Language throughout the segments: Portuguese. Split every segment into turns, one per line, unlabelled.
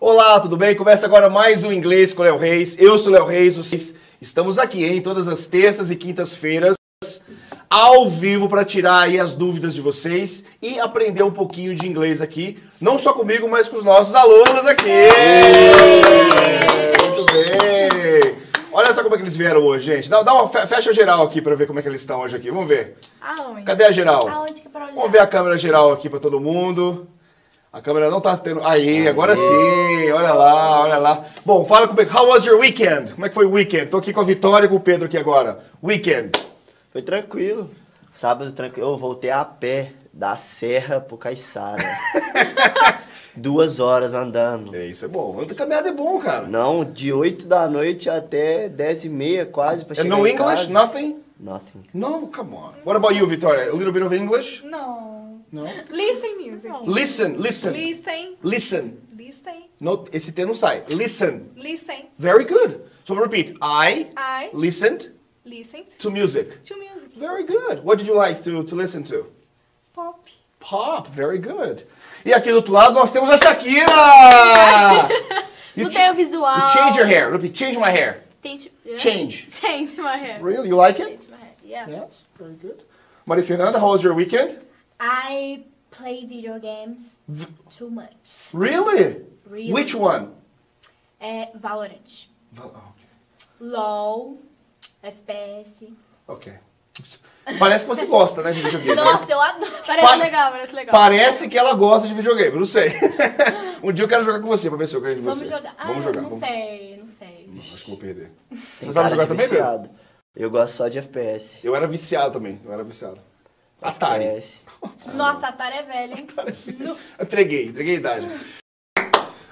Olá, tudo bem? Começa agora mais um Inglês com Léo Reis. Eu sou Léo Reis, vocês estamos aqui, hein? Todas as terças e quintas-feiras, ao vivo, para tirar aí as dúvidas de vocês e aprender um pouquinho de inglês aqui. Não só comigo, mas com os nossos alunos aqui. Muito bem. Olha só como é que eles vieram hoje, gente. Dá, dá uma fe- fecha geral aqui para ver como é que eles estão hoje aqui. Vamos ver.
Aonde?
Cadê a geral?
Aonde que é pra olhar?
Vamos ver a câmera geral aqui para todo mundo. A câmera não tá tendo. Aí, agora sim. Olha lá, olha lá. Bom, fala comigo. How was your weekend? Como é que foi o weekend? Tô aqui com a Vitória e com o Pedro aqui agora. Weekend.
Foi tranquilo. Sábado tranquilo. Eu voltei a pé da Serra pro Caiçara. Duas horas andando.
É, isso é bom. Outra caminhada é bom, cara.
Não, de 8 da noite até 10 e meia quase pra
And
chegar
É no
em
English?
casa.
Nothing?
Nothing.
No, come on. What about you, Vitória? A little bit of English?
Não.
No.
Listen music.
Listen, listen.
Listen.
Listen.
Listen.
No, esse T não sai. Listen.
Listen.
Very good. So repeat. I,
I
listened
listen
to music.
to music.
Very good. What did you like to, to listen to?
Pop.
Pop, very good. E aqui do outro lado nós temos a Shakira! You
Mudei o
ch-
visual.
You change your hair. Repeat, change my hair.
Tente- yeah.
Change.
Change my hair.
Really? You like it?
Change my hair. Yeah.
Yes, very good. Maria Fernanda, how was your weekend?
I play video games too much.
Really?
Really.
Which one?
É Valorant.
Val- oh, Okay.
LOL. FPS.
ok. Parece que você gosta, né, de videogame. né?
Nossa, eu adoro.
Parece
Pa-
legal, parece legal.
Parece que ela gosta de videogame, não sei. um dia eu quero jogar com você pra ver se eu ganho de
Vamos
você.
jogar. Ah,
Vamos jogar.
não
vamos-
sei, não sei.
Acho que eu vou perder. Você
Tem
sabe
cara
jogar
de
também, Pedro?
viciado. Eu gosto só de FPS.
Eu era viciado também, eu era viciado.
É,
Atari.
FPS.
Nossa, a Atari é velha, hein?
Entreguei, entreguei a idade.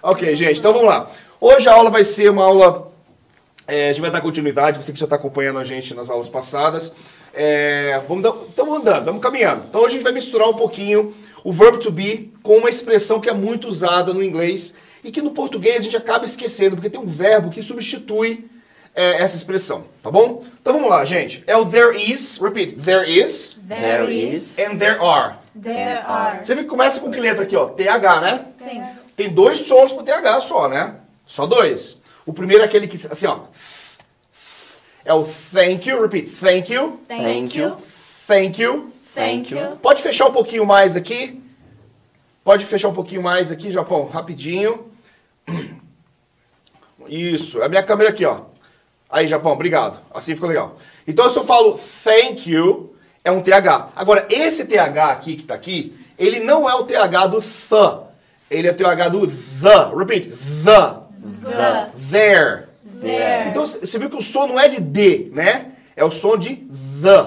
Ok, gente, então vamos lá. Hoje a aula vai ser uma aula. é, a gente vai dar continuidade, você que já está acompanhando a gente nas aulas passadas. É, vamos dar- Estamos andando, estamos caminhando. Então hoje a gente vai misturar um pouquinho o verbo to be com uma expressão que é muito usada no inglês e que no português a gente acaba esquecendo, porque tem um verbo que substitui é, essa expressão, tá bom? Então vamos lá, gente. É o there is, repeat, there is
There is.
and there are.
There are.
Você vê que começa com que letra aqui, ó? TH, né?
Sim.
Tem dois sons pro TH só, né? Só dois. O primeiro é aquele que, assim, ó. É o thank you, repeat, thank you,
Thank you.
thank you.
Thank you.
Pode fechar um pouquinho mais aqui? Pode fechar um pouquinho mais aqui, Japão, rapidinho. Isso, é a minha câmera aqui, ó. Aí, Japão, obrigado. Assim ficou legal. Então, se eu falo thank you, é um TH. Agora, esse TH aqui que tá aqui, ele não é o TH do th. Ele é o TH do the. Repeat, the.
The.
There.
É.
There.
Então c- você viu que o som não é de D, né? É o som de the.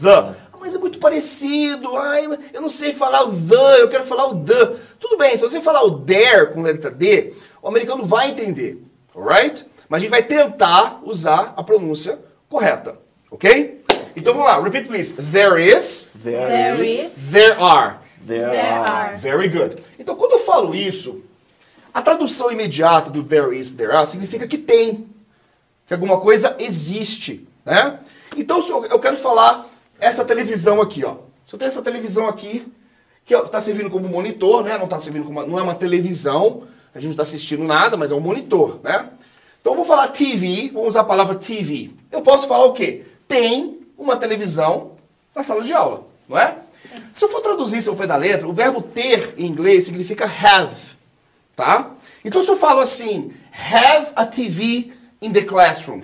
The. Ah, Mas é muito parecido. Ai, mas eu não sei falar o the, eu quero falar o the. Tudo bem, se você falar o there com letra D, o americano vai entender. Alright? Mas a gente vai tentar usar a pronúncia correta. Ok? Então vamos lá, repeat please. There is,
There,
There
is.
is.
there are.
There,
There
are.
are.
Very good. Então, quando eu falo isso, a tradução imediata do there is, there are significa que tem. Que alguma coisa existe, né? Então, se eu, eu quero falar essa televisão aqui, ó. Se eu tenho essa televisão aqui, que ó, tá servindo como monitor, né? Não tá servindo como uma- não é uma televisão, a gente não tá assistindo nada, mas é um monitor, né? Então, eu vou falar TV, vamos usar a palavra TV. Eu posso falar o quê? Tem uma televisão na sala de aula, não é? Se eu for traduzir isso ao pé da letra, o verbo ter em inglês significa have, tá? Então se eu falo assim, have a TV in the classroom,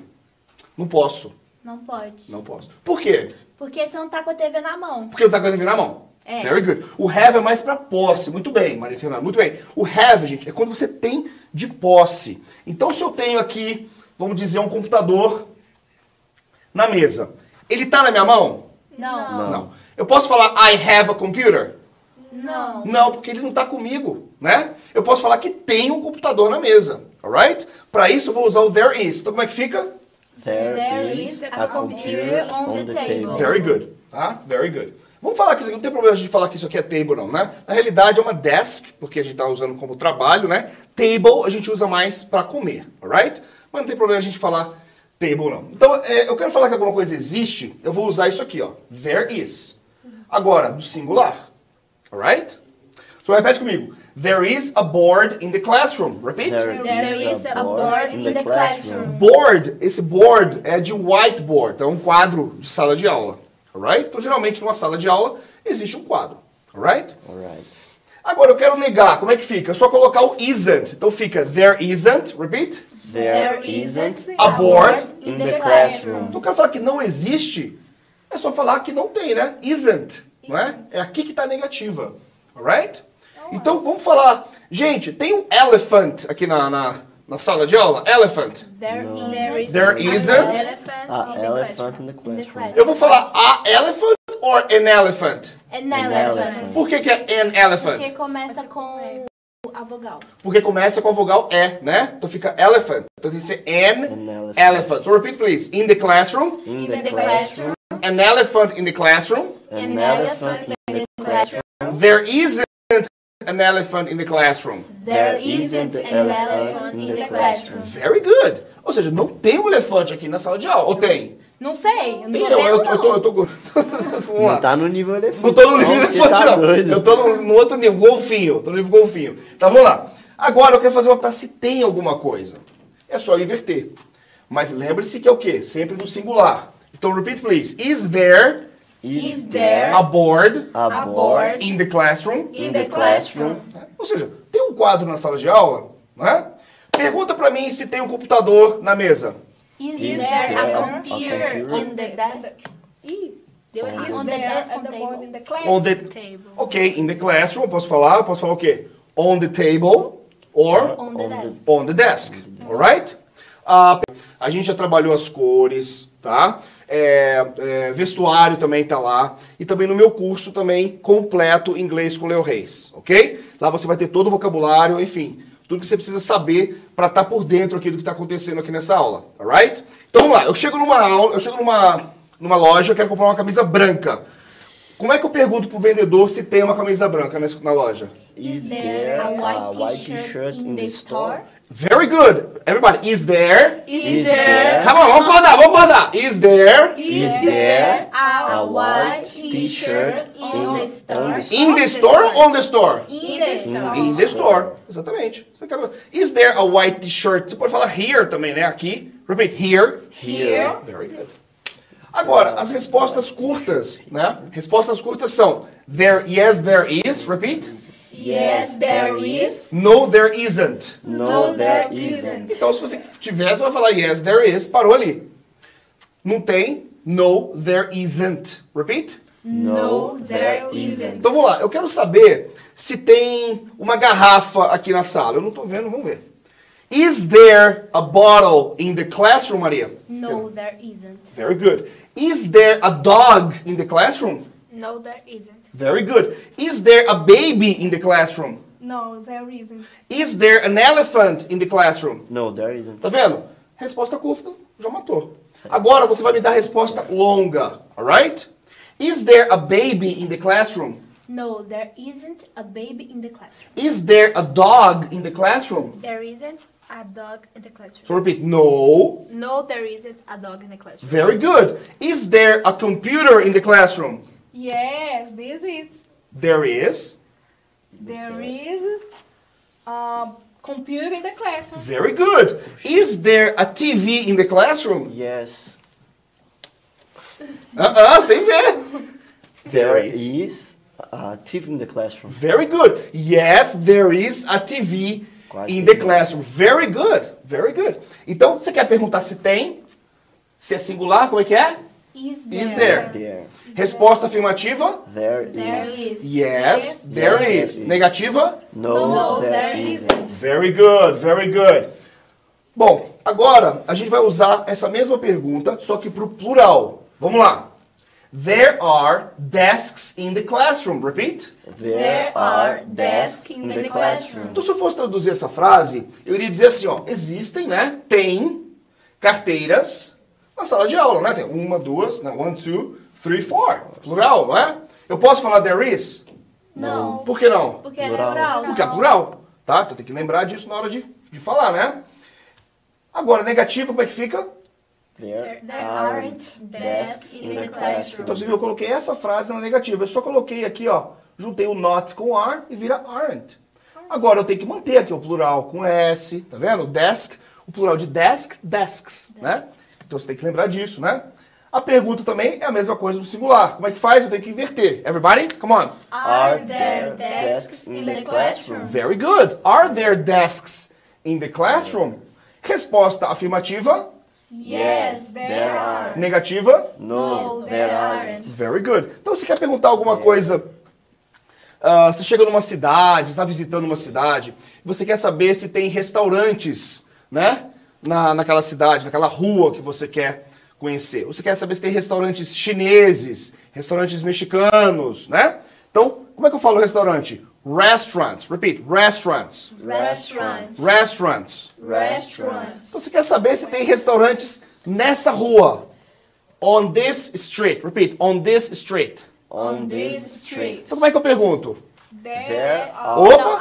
não posso,
Não pode.
não posso. Por quê?
Porque você não tá com a TV na mão.
Porque eu tá com a TV na mão.
É.
Very good. O have é mais pra posse. Muito bem, Maria Fernanda. Muito bem. O have, gente, é quando você tem de posse. Então, se eu tenho aqui, vamos dizer, um computador na mesa. Ele tá na minha mão?
Não.
Não.
Não. Eu posso falar I have a computer?
Não.
Não, porque ele não tá comigo, né? Eu posso falar que tem um computador na mesa, alright? Para isso eu vou usar o there is. Então como é que fica?
There,
There
is
is a computer on the table.
Very good, tá? Very good. Vamos falar que isso aqui, não tem problema a gente falar que isso aqui é table não, né? Na realidade é uma desk, porque a gente tá usando como trabalho, né? Table a gente usa mais para comer, alright? Mas não tem problema a gente falar table não. Então, é, eu quero falar que alguma coisa existe, eu vou usar isso aqui, ó. There is. Agora, do singular, alright? So repete comigo. There is a board in the classroom. Repeat.
There is a board in the classroom.
Board, esse board é de whiteboard, é um quadro de sala de aula. Alright? Então, geralmente, numa sala de aula, existe um quadro. Alright?
Alright.
Agora, eu quero negar. Como é que fica? É só colocar o isn't. Então, fica there isn't. Repeat.
There isn't.
a board
in the classroom.
Então, o cara falar que não existe, é só falar que não tem, né? Isn't, não é? É aqui que tá a negativa, alright? Então, vamos falar. Gente, tem um elephant aqui na, na, na sala de aula? Elephant.
There
No.
isn't.
There
an
isn't.
Elephant
Ah,
in the
elephant in the
classroom.
classroom.
Eu vou falar a elephant or an elephant?
An
An
elephant.
elephant.
Por que, que é an
Porque
elephant?
começa com a vogal.
Porque começa com a vogal E, né? Então fica elephant. Então tem que ser an,
An elephant.
elephant. So repeat, please. In the classroom.
In
the
the
classroom.
classroom.
An elephant in the classroom.
An elephant in the classroom.
There isn't an elephant in the classroom.
There isn't an elephant in the classroom.
Very good. Ou seja, não tem um elefante aqui na sala de aula. Ou tem?
Não sei, eu não
Tem,
tô
eu, Então, eu,
vendo,
eu
não.
tô. Eu tô, Vamos lá.
Não tá no nível elefante.
Não tô no livro
não, você
elefante,
tá
não.
doido.
Eu tô no, no outro livro, golfinho. Tô no livro golfinho. Tá, vamos lá. Agora eu quero fazer uma pergunta se tem alguma coisa. É só inverter. Mas lembre-se que é o quê? Sempre no singular. Então, repeat, please. Is there
Is
there
a board
a board
in the classroom?
In
in
the
the classroom?
Ou seja, tem um quadro na sala de aula, não é? Pergunta pra mim se tem um computador na mesa.
Is
Is
there a
there a
computer
computer?
on the desk?
Ih, deu
On
is
the
there
desk
at the
table.
board in the classroom
On the
table.
Ok, in the classroom, eu posso falar? Eu posso falar o quê? On the table or
On the
On the-
desk.
on the desk, alright? Ah, a gente já trabalhou as cores, tá? É, é, vestuário também tá lá. E também no meu curso também completo inglês com Leo Reis, ok? Lá você vai ter todo o vocabulário, enfim, tudo que você precisa saber pra estar por dentro aqui do que tá acontecendo aqui nessa aula, alright? Então vamos lá, eu chego numa aula, eu chego numa, numa loja, eu quero comprar uma camisa branca. Como é que eu pergunto pro vendedor se tem uma camisa branca nessa- na loja?
Is there a white t-shirt in the store?
Very good. Everybody, is there?
Is
Is
there
there-
Come on, vamos acordar, vamos acordar. Is there
Is
Is
there
there
a
A
white
white
t-shirt
t-shirt
in the store?
in the store or on the store?
In the store.
In the store. Exatamente. Você acabou. Is there a white t-shirt? Você pode falar here também, né? Aqui. Repeat, here.
Here.
Very good. Agora, as respostas curtas, né? Respostas curtas são there, yes, there is. Repeat.
Yes, there is.
No, there isn't.
No, there isn't.
Então, se você tiver, você vai falar yes, there is. Parou ali. Não tem. No, there isn't. Repeat.
No, there isn't.
Então vamos lá, eu quero saber se tem uma garrafa aqui na sala. Eu não tô vendo, vamos ver. Is there a bottle in the classroom, Maria?
No, there isn't.
Very good. Is there a dog in the classroom?
No, there isn't.
Very good. Is there a baby in the classroom?
No, there isn't.
Is there an elephant in the classroom?
No, there isn't.
Tá vendo? Resposta curta, já matou. Agora você vai me dar a resposta longa, alright? Is there a baby in the classroom?
No, there isn't a baby in the classroom.
Is there a dog in the classroom?
There isn't a dog in the classroom.
So repeat, no,
No, there isn't a dog in the classroom.
Very good. Is there a computer in the classroom?
Yes, this is.
There is.
There is a computer in the classroom.
Very good. Is there a TV in the classroom?
Yes.
Uh-uh, sem ver.
There is a TV in the classroom.
Very good. Yes, there is a TV
Quase
in the
que não.
classroom. Very good. Very good. Então, você quer perguntar se tem? Se é singular, como é que é?
Is there?
Is there?
There.
Resposta afirmativa?
There
There
is.
is.
Yes, there is. Negativa?
No, there isn't.
Very good, very good. Bom, agora a gente vai usar essa mesma pergunta, só que pro plural. Vamos lá. There are desks in the classroom. Repeat.
There are desks in the classroom.
Então, se eu fosse traduzir essa frase, eu iria dizer assim, ó. Existem, né? Tem carteiras na sala de aula, né? Tem uma, duas, né? One, two, three, four. Plural, não é? Eu posso falar there is?
No.
Por que não?
Porque é
Plural.
plural.
Porque é plural, tá? Então tem que lembrar disso na hora de, de falar, né? Agora, negativo, como é que fica?
There
There
aren't desks in the classroom.
Então você viu, eu coloquei essa frase na negativa. Eu só coloquei aqui, ó, juntei o not com are e vira aren't. Agora eu tenho que manter aqui o plural com S, tá vendo? Desk, o plural de desk, desks, né? Então você tem que lembrar disso, né? A pergunta também é a mesma coisa do singular. Como é que faz? Eu tenho que inverter. Everybody, come on.
Are there desks in the classroom?
Very good. Are there desks in the classroom? Resposta afirmativa,
Yes, there are.
negativa,
No, there aren't.
Very good. Então, você quer perguntar alguma coisa? ah, você chega numa cidade, está visitando uma cidade, você quer saber se tem restaurantes, né? Na, naquela cidade, naquela rua que você quer conhecer. Você quer saber se tem restaurantes chineses, restaurantes mexicanos, né? Então, como é que eu falo restaurante? Restaurants. Repeat. Restaurants.
Restaurants.
Restaurants.
Restaurants.
Então, você quer saber se tem restaurantes nessa rua. On this street. Repeat. On this street.
On this street.
Então como é que eu pergunto?
There are.
Opa!
Não,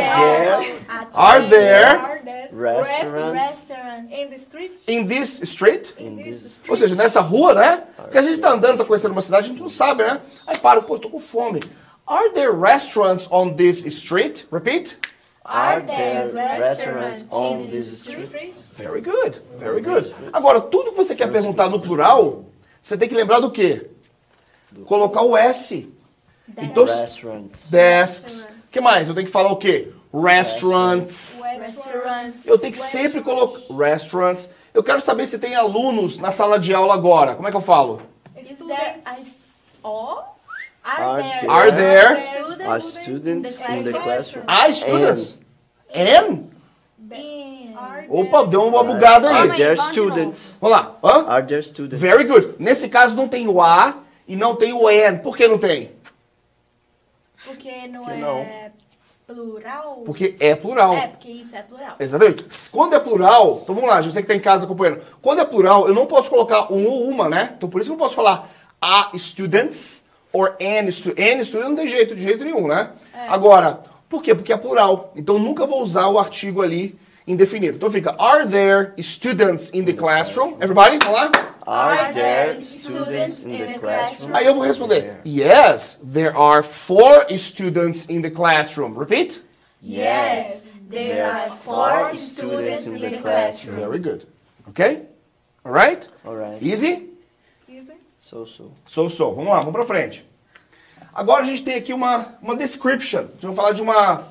Are there.
there- at
Are there
Are there
Restaurants.
restaurant
In the street.
in this street?
In this
Ou seja, nessa rua, né? Porque a gente tá andando, tá conhecendo uma cidade, a gente não sabe, né? Aí para, pô, tô com fome. Are there restaurants on this street? Repeat.
Are there
restaurants
restaurants
on
in
this
the street?
Very good, very good. Agora, tudo que você quer perguntar no plural, você tem que lembrar do quê? Colocar o S. Então,
restaurants.
desks. O que mais? Eu tenho que falar o quê? Restaurants.
Restaurants.
Eu tenho que sempre colocar. Restaurants. Eu quero saber se tem alunos na sala de aula agora. Como é que eu falo?
Is there a
Students. Oh.
Are
Are
Are
there,
there
Are
students
students in the classroom?
I Ah, students? And?
in-
Are
Opa,
there-
deu uma bugada aí.
Are there
Calma aí,
students?
Vamos lá. Hã?
Are there students?
Very good. Nesse caso não tem o A e não tem o N. Por que não tem?
Porque não
Que
é
não.
plural?
Porque é plural.
É, porque isso é plural.
Exatamente. Quando é plural, então vamos lá, você que tá em casa acompanhando. Quando é plural, eu não posso colocar um ou uma, né? Então por isso eu não posso falar a students or an student. An student não tem jeito, de jeito nenhum, né? Agora, por quê? Porque é plural. Então eu nunca vou usar o artigo ali indefinido. Então fica, are there students in the classroom? Everybody, vamos lá?
Are there students in the classroom?
Aí eu vou responder: Yes, there are four students in the classroom. Repeat.
Yes, there are four students in the classroom.
Very good. Ok? Alright?
Alright.
Easy?
Easy.
So, so.
So, so. Vamos lá, vamos pra frente. Agora a gente tem aqui uma, uma description. A gente vai falar de uma,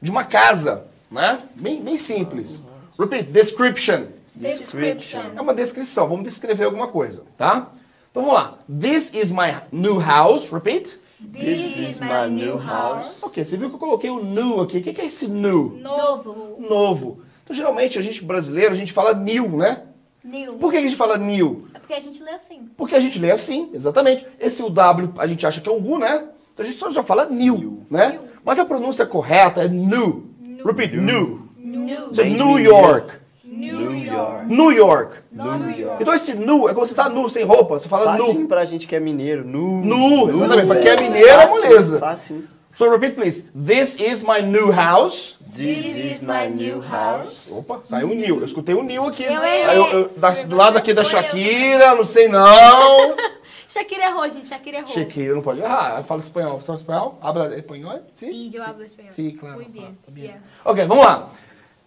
de uma casa, né? Bem, bem simples. Repeat: description.
Description.
É uma descrição. Vamos descrever alguma coisa, tá? Então vamos lá. This is my new house. Repeat.
This is my new house.
Ok, você viu que eu coloquei o new aqui. O que que é esse new?
Novo.
novo. Então, geralmente, a gente brasileiro, a gente fala new, né?
New.
Por que a gente fala new?
É porque a gente lê assim.
Porque a gente lê assim, exatamente. Esse o W a gente acha que é um U, né? Então, a gente só já fala new, né? Mas a pronúncia correta é new. Repeat, new.
New.
So,
Bem
New
new.
York.
New York.
York.
New York.
New York.
Então, esse nu é quando você tá nu, sem roupa. Você fala
Faz sim
nu.
pra gente que é mineiro. Nu.
Nu, exatamente. Pra quem é
velho.
mineiro, é
Faz sim,
moleza.
Faz sim.
So, repeat, please. This is my new house.
This is my new house.
Opa, saiu um new. Eu escutei um new aqui.
Eu
Aí eu- eu- da- do lado aqui da
Foi eu.
Shakira, não sei não.
Shakira errou, gente. Shakira errou.
Shakira não pode errar. Fala espanhol. Fala espanhol? Habla espanhol? Sim.
Sim, eu hablo espanhol.
Sim, claro.
Muy bien.
Ah,
Yeah.
Ok, vamos lá.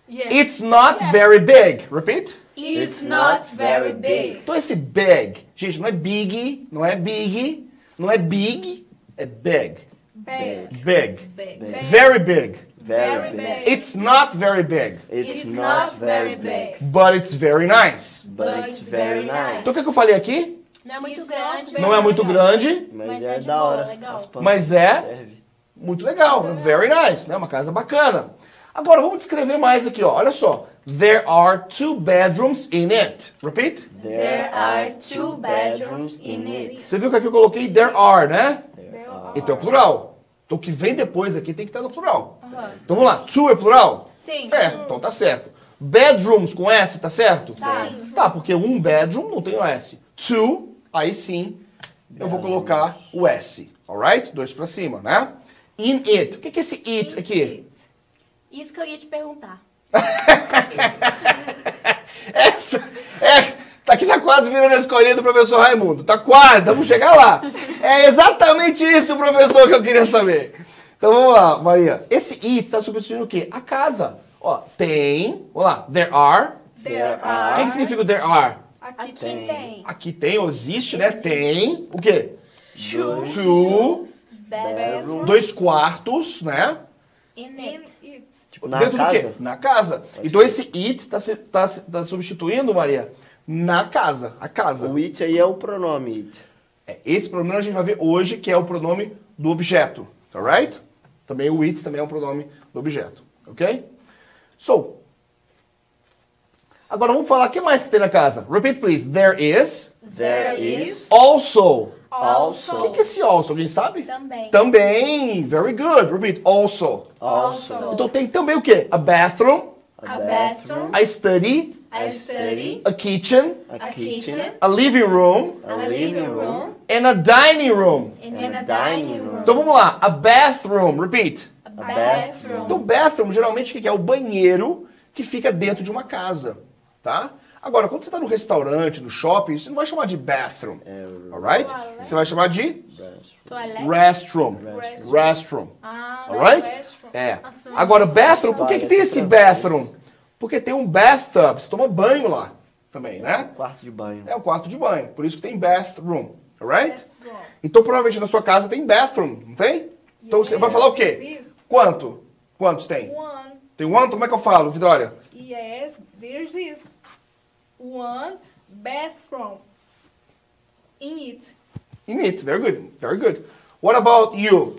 Yeah.
It's not very big. Repeat.
It's not very big.
Então esse big, gente, não é big, não é big, não é big, é big.
Big.
Big.
Big.
Very big.
Very big.
It's not very big,
It's not very big.
but it's very nice.
But it's very nice.
Então o que, que eu falei aqui?
Não é muito
It's
grande,
not
Não é muito grande,
Mas
Mas
é
é de
da
boa,
hora.
legal.
As papas
Mas é?
serve.
Muito legal, né? very nice, né? Uma casa bacana. Agora vamos descrever mais aqui, ó. Olha só. There are two bedrooms in it. Repeat.
There are two bedrooms in it.
Você viu que aqui eu coloquei there are, né?
There are.
Então é plural. Então o que vem depois aqui tem que estar no plural. Então vamos lá. Two é plural?
Sim.
É, então tá certo. Bedrooms com S, tá certo?
Tá.
Tá, porque um bedroom não tem o S. Two, aí sim, eu vou colocar o S. Alright? Dois pra cima, né? In it. O que que é esse it aqui?
Isso que eu ia te perguntar.
Essa é. Tá aqui tá quase virando a escolinha do professor Raimundo. Tá quase, vamos chegar lá. É exatamente isso, professor, que eu queria saber. Então vamos lá, Maria. Esse it está substituindo o quê? A casa. Ó, tem. Vamos lá. There are.
There
O que, que
are.
significa o there are?
Aqui
tem.
tem. tem.
Aqui tem, ou existe, né? Tem. O quê?
Two.
Two.
Bedroom.
Dois quartos, né?
In
In
it.
it.
Tipo, na
Dentro
casa.
do quê? Na casa. então esse it está tá, tá substituindo, Maria, na casa. A casa.
O it aí é o pronome it.
É, Esse pronome a gente vai ver hoje, que é o pronome do objeto. Alright? Também o it também é um pronome do objeto. Ok? So. Agora vamos falar o que mais que tem na casa. Repeat, please. There is
There
There
is.
is.
also.
Also.
O que que é esse also? Alguém sabe?
Também.
Também. Very good. Repeat. Also.
Also.
Então tem também o quê? A bathroom,
A bathroom.
a study,
A study.
a kitchen,
A kitchen.
a living room
A living room.
and a dining room.
In
And
it.
a dining room.
Então vamos lá. A bathroom. Repeat.
A
A bathroom.
Então, bathroom, geralmente, o que que é? O banheiro que fica dentro de uma casa, tá? Agora, quando você tá no restaurante, no shopping, você não vai chamar de bathroom,
É
alright? Você vai chamar de
Toilet.
restroom, restroom,
Ah,
alright?
restroom.
É.
Assim.
Agora, bathroom, por que que tem esse
Toilet francês.
bathroom? Porque tem um bathtub, você toma banho lá também, né?
Quarto de banho.
É o quarto de banho, por isso que tem bathroom, alright? Então, provavelmente na sua casa tem bathroom, não tem? Então, você vai falar o quê?
Yes.
Quanto? Quantos tem?
One.
Tem um ano? Como é que eu falo, Vitória?
Yes, there is one bathroom in it.
In it. Very good. Very good. What about you?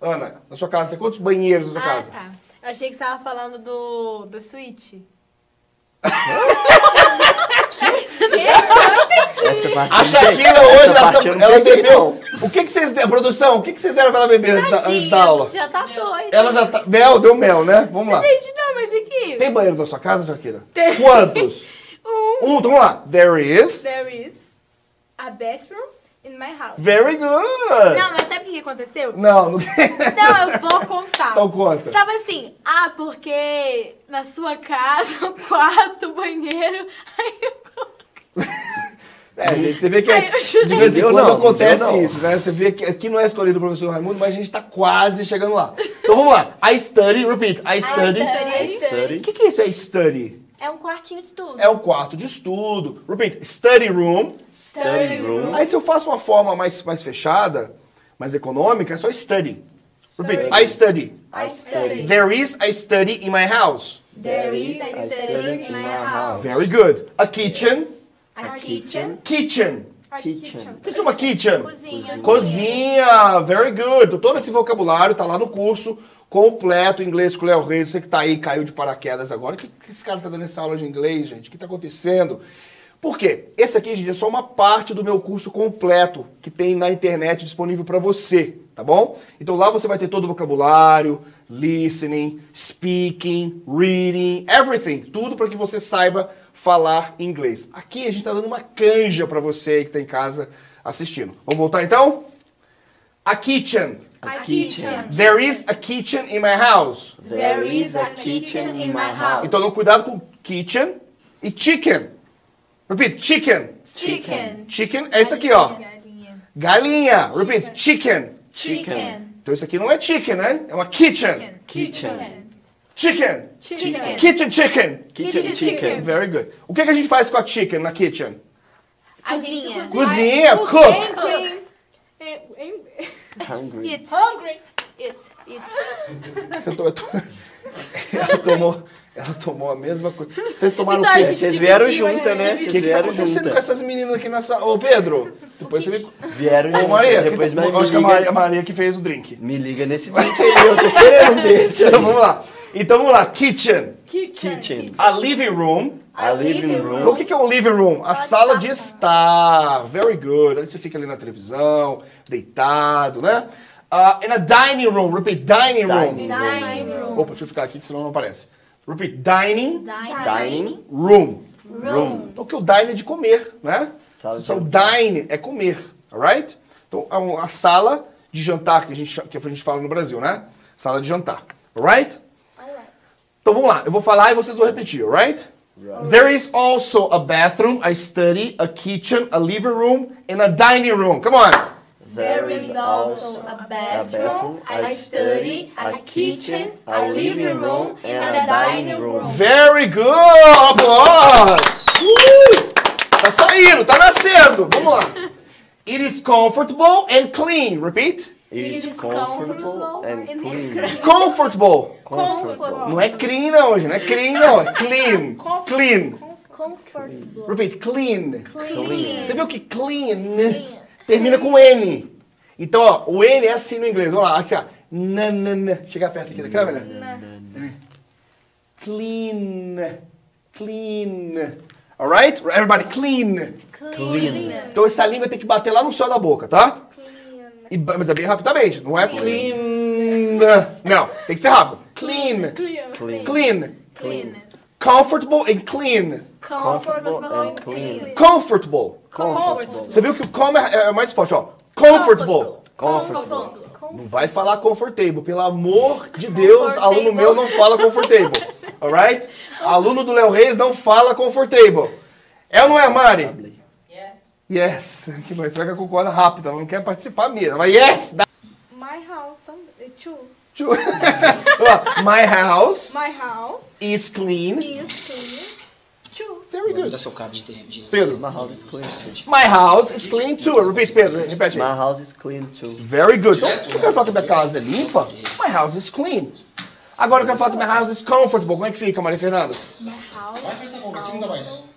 Ana, na sua casa tem quantos banheiros na sua
Ah,
casa?
tá. Eu achei que você tava falando do, do suíte.
Essa parte
A
eu não peguei.
Shakira hoje,
Essa
ela,
parte
tá-
eu não
ela
peguei,
bebeu.
não.
O que, que vocês deram? Produção, o que, que vocês deram pra ela beber antes da, antes da aula?
Já tá doido.
Ela já tá. Mel, deu mel, né? Vamos lá.
Gente, não, mas aqui.
Tem banheiro na sua casa, Shakira? Tem. Quantos? Um, então vamos lá. There is.
There is a bathroom in my house.
Very
Não,
good.
mas sabe o que aconteceu?
Não, não.
Não, eu vou contar.
Então conta.
Estava assim, ah, porque na sua casa, o quarto, o banheiro, aí eu coloquei.
É, gente, você vê que
Ai, eu jurei.
de vez em
Eu
quando
não,
acontece
eu não.
isso, né? Você vê que aqui não é escolhido o professor Raimundo, mas a gente tá quase chegando lá. Então vamos lá. I study, repeat, I study. O que, que é isso? É study?
É um quartinho de estudo.
É um quarto de estudo. Repeat, study room.
Study room.
Aí se eu faço uma forma mais, mais fechada, mais econômica, é só study. Repeat, I study.
I study.
There is a study in my house.
There is a
I
study in my house.
Very good. A kitchen.
A kitchen.
Kitchen.
Kitchen.
O que que é uma kitchen?
Cozinha.
Cozinha, very good. Então, Todo esse vocabulário tá lá no curso completo, inglês com o Léo Reis. Você que tá aí, caiu de paraquedas agora. O que, que esse cara tá dando essa aula de inglês, gente? O que tá acontecendo? Por quê? Esse aqui, gente, é só uma parte do meu curso completo que tem na internet disponível para você, tá bom? Então lá você vai ter todo o vocabulário, listening, speaking, reading, everything. Tudo para que você saiba falar inglês. Aqui a gente tá dando uma canja para você aí que tá em casa assistindo. Vamos voltar então? A kitchen.
A
kitchen.
There is a kitchen in my house.
There is a kitchen in my house.
Então, cuidado com kitchen e chicken. Repeat, chicken.
Chicken.
Chicken é isso aqui, ó. Galinha. Repeat, chicken.
Chicken.
Então, isso aqui não é chicken, né? É uma kitchen.
Kitchen.
Chicken.
Chicken.
Kitchen, chicken.
Kitchen
Kitchen
chicken.
chicken.
Very good. O que, que a gente faz com a chicken na kitchen?
A gente cozinha.
Cozinha, cook.
Cook.
Em- em-
Hungry.
Hungry.
It. It.
Você to- Ela tomou, ela tomou a mesma coisa. Vocês tomaram
Vitória,
o
Então,
quê?
gente,
Vocês vieram
dividiu,
juntas, né?
O que,
Vocês
que tá
vieram
acontecendo com
assim,
juntas.
essas meninas aqui nessa... Ô, Pedro, depois você me...
Vieram
Ô,
juntas.
Maria, que-
Depois mais
eu acho que a
me
Maria, a
liga.
Maria que fez o drink.
Me liga nesse drink aí, eu tô querendo um desse.
Então, vamos lá. Então, vamos lá. Kitchen.
Kitchen.
Kitchen.
A living room.
A living
Então, o
room.
que que é um living room? A sala de estar. Very good. Aí você fica ali na televisão, deitado, né? Ah, and a dining room. Repeat, dining room.
Dining
Dining room.
Opa, deixa eu ficar aqui, que senão não aparece. Repeat, dining
Dining
room.
room.
Então, que o dine é de comer, né?
Sala de
Então, dine é comer, alright? Então, é uma sala de jantar que a, gente, cha- que a gente fala no Brasil, né? Sala de jantar, alright? Então, vamos lá. Eu vou falar e vocês vão repetir, alright? There is also a bathroom, a study, a kitchen, a living room and a dining room. Come on.
There
There
is
is also
also
a
a
bathroom,
bathroom,
a study, a kitchen, a living room, and a dining room.
Very good! Applause! Uh! Tá saindo, tá nascendo. Vamos lá. It is comfortable and clean. Repeat.
It is comfortable and clean.
Comfortable.
Comfortable.
Não é clean não, gente. Não é clean não. É clean. Clean.
Comfortable.
Repeat. Clean.
Clean.
Você viu que clean termina com N. Então, ó, o N é assim no inglês. Vamos lá. Assim, ó. Na, na, na. Chegar perto aqui da câmera. Clean. Clean. Alright? Everybody, clean.
Clean.
Então essa língua tem que bater lá no céu da boca, tá? E, ba- mas é bem rapidamente, não é clean. Não, tem que ser rápido. Clean.
Clean.
Clean.
Clean.
Comfortable and clean.
Comfortable and
clean.
clean.
Comfortable.
Comfortable.
Você viu que o com é, é mais forte, ó. Comfortable.
Comfortable.
Não vai falar comfortable, pelo amor de Deus, aluno meu não fala comfortable. Alright? Aluno do Léo Reis não fala comfortable. É ou não é, Mari?
Yes.
Yes. Que bom, será que ela concorda rápido? Ela não quer participar mesmo. Mas yes! dá-
My house
eh,
também. Too.
Tchu. Ó, My house
My house
is clean.
is clean. Too.
Very
Manda
good.
seu cabo de DM. de-
Pedro.
My house is clean too.
My house is clean too. Repeat, Pedro. Repete
My
aí.
house is clean too.
Very good. Então, eu quero falar que minha casa é limpa. My house is clean. Agora eu quero falar que minha house is comfortable. Como é que fica, Maria Fernanda?
Vai feito um pouquinho ainda mais.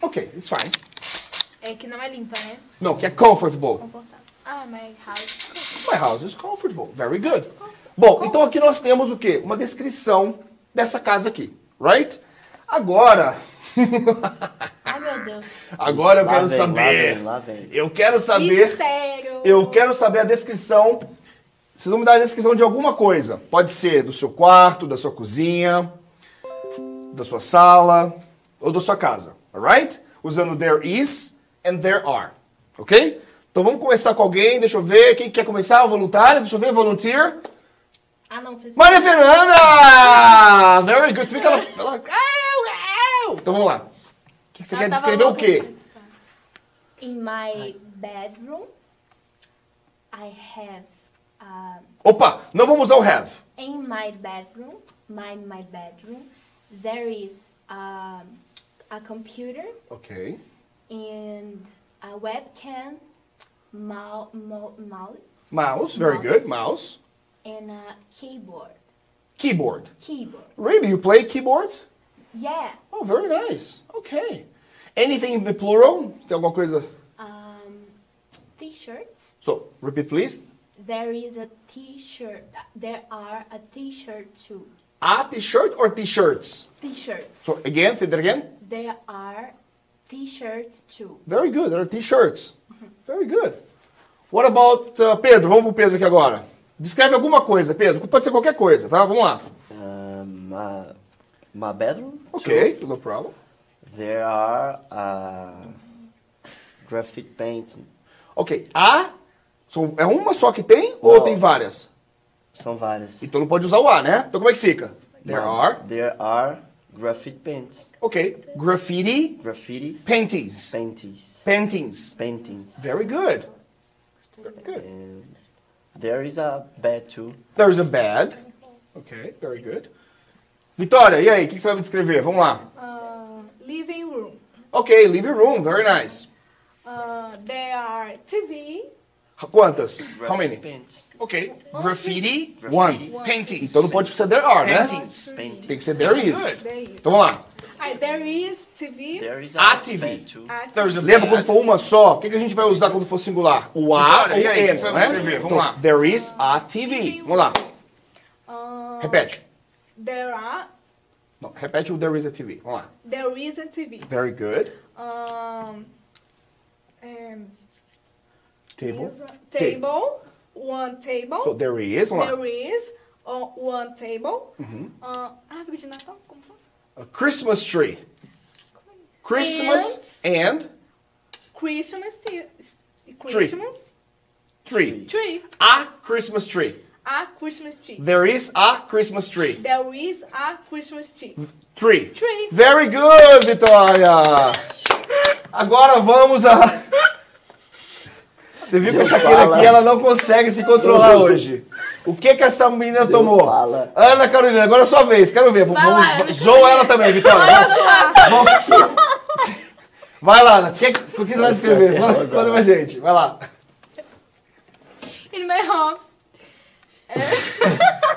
Ok, it's fine.
É que não é limpa, né?
Não, que é comfortable.
Ah, my house.
My house is comfortable. Very good. Bom, então aqui nós temos o quê? Uma descrição dessa casa aqui, right? Agora,
Ai, meu Deus.
agora eu
Lá
quero
vem, lá
saber.
vem, lá vem.
Eu quero
é
saber.
Mistério.
Eu quero saber a descrição. Vocês vão me dar a descrição de alguma coisa. Pode ser do seu quarto, da sua cozinha, da sua sala ou da sua casa. Alright? Usando there is and there are. Ok? Então vamos começar com alguém. Deixa eu ver. Quem quer começar? O voluntário? Deixa eu ver. Volunteer.
Ah, não, fiz.
Maria Fernanda! Very good. Você vê que ela. ela- Au, au! Então vamos lá. O que Você quer
Ela tava
é descrever o
louca
quê?
de participar.
In my bedroom, I have. Uh,
Opa, não vamos usar o have.
in my bedroom, my my bedroom, there is um, a computer
Ok.
and a webcam, mou- mou- mouse,
Mouse. Very
Mouse.
good. Mouse.
and a keyboard.
Keyboard.
Keyboard.
Really? You play keyboards?
Yeah.
Oh, very nice. Okay. Anything in the plural? Tem alguma coisa?
Um, t-shirts.
So, repeat please.
There is a t-shirt. There are a t-shirt too.
A t-shirt or t-shirts?
T-shirts.
So, again, say that again.
There are t-shirts too.
Very good. There are t-shirts. Very good. What about uh, Pedro? Vamos pro Pedro aqui agora. Descreve alguma coisa, Pedro. Pode ser qualquer coisa, tá? Vamos lá.
Um, my, my bedroom.
Ok, no problem.
There are uh, graffiti painting.
Ok. A são- é uma só que tem ou
Não.
tem várias?
São várias.
Então não pode usar o A, né? Então como é que fica? There are.
There are graffiti paints.
Ok. Graffiti
Graffiti
paintings.
paintings.
Paintings.
Paintings.
Very good. Very good.
And there is a bed too.
There's a bed. Ok, very good. Vitória, e aí? O que que você vai me descrever? Vamos lá.
Uh, living room.
Ok, living room. Very nice.
Uh, there are TV.
Quantas? How many?
Paints.
Ok. Graffiti, one.
Graffiti.
Paintings. Então não pode ser there are, né?
Paintings.
Tem
Paintings.
que ser there is.
There is.
Então vamos lá.
Ah, there is TV.
There is
A
a
TV.
bed too.
at-
Lembra quando for uma só? O que, que a gente vai usar quando for singular? O A ou o M, né? Vamos lá. There is a TV. Vamos lá.
Uh,
Repete.
there are.
Não, repete o there is a TV. Vamos lá.
There is a TV.
Very good.
Um, um,
Table.
is a table. One table.
So there is. Vamos lá.
There is uh, one table.
Mm-hmm.
Uh, árvore de Natal? Como fala?
A Christmas tree. Christmas and
Christmas. tree- Christmas
tree.
tree.
A Christmas tree.
A Christmas tree.
There is a Christmas tree.
There is a Christmas tree.
Tree.
Tree.
Very good, Vitória! Agora vamos a. Você viu que a
Deus
Shakira
fala.
aqui, ela não consegue se controlar hoje. O que que essa menina tomou?
fala.
Ana Carolina, agora é sua vez. Quero ver. Vamos,
Vai lá,
vamos-
Ana
zoa ela também, Vitão. Vamos- Vai lá, Ana. O que, o que você vai escrever? Fala, fala pra gente. Vai lá.
In my home. É.
Eh.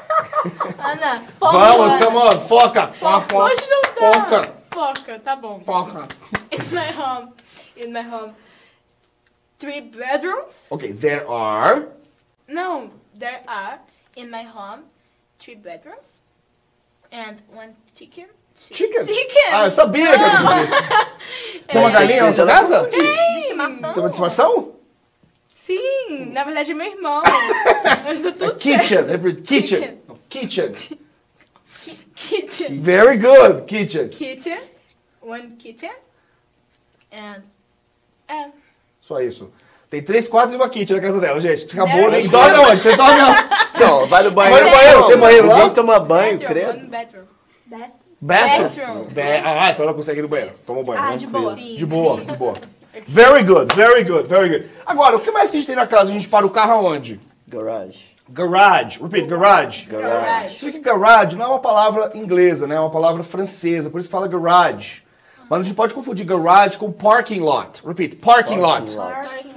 Ana, foca.
Vamos, come on. Foca. Foca.
Hoje não dá.
Ah, Foca.
Foca, tá bom.
Foca.
In my home. In my home. Three bedrooms?
Ok, there are...
No, there are in my home three bedrooms and one chicken.
Chicken.
Chicken. É,
Ah, eu sabia que era confundir. Tem uma
Achei que
galinha na
fez
sua
ela
casa?
De estimação?
Tem uma estimação?
Sim, na verdade é meu irmão. Mas tá tudo
É Kitchen.
certo.
lembra? Kitchen.
Chicken.
Não, Kitchen.
Kitchen.
Very good. Kitchen.
Kitchen. One kitchen. And. É.
Só isso. Tem três quartos e uma kitchen na casa dela, gente. Acabou,
There
né?
we
E dorme aonde? Você dorme aonde?
Só, vai no banheiro.
Vai no banheiro, tem banheiro lá?
Ninguém toma banho,
bedroom,
credo.
One bedroom.
Bathroom.
Bathroom.
Bathroom.
Ba- ah, então ela consegue ir no banheiro. Toma um banho.
Ah,
né?
de boa.
De
Sim,
boa, de boa. Very good, very good, very good. Agora, o que mais que a gente tem na casa? A gente para o carro aonde?
Garage.
Garage. Repeat, garage.
Garage.
Isso aqui, garage, não é uma palavra inglesa, né? É uma palavra francesa, por isso que fala garage. Mas a gente pode confundir garage com parking lot. Repeat, parking, lot.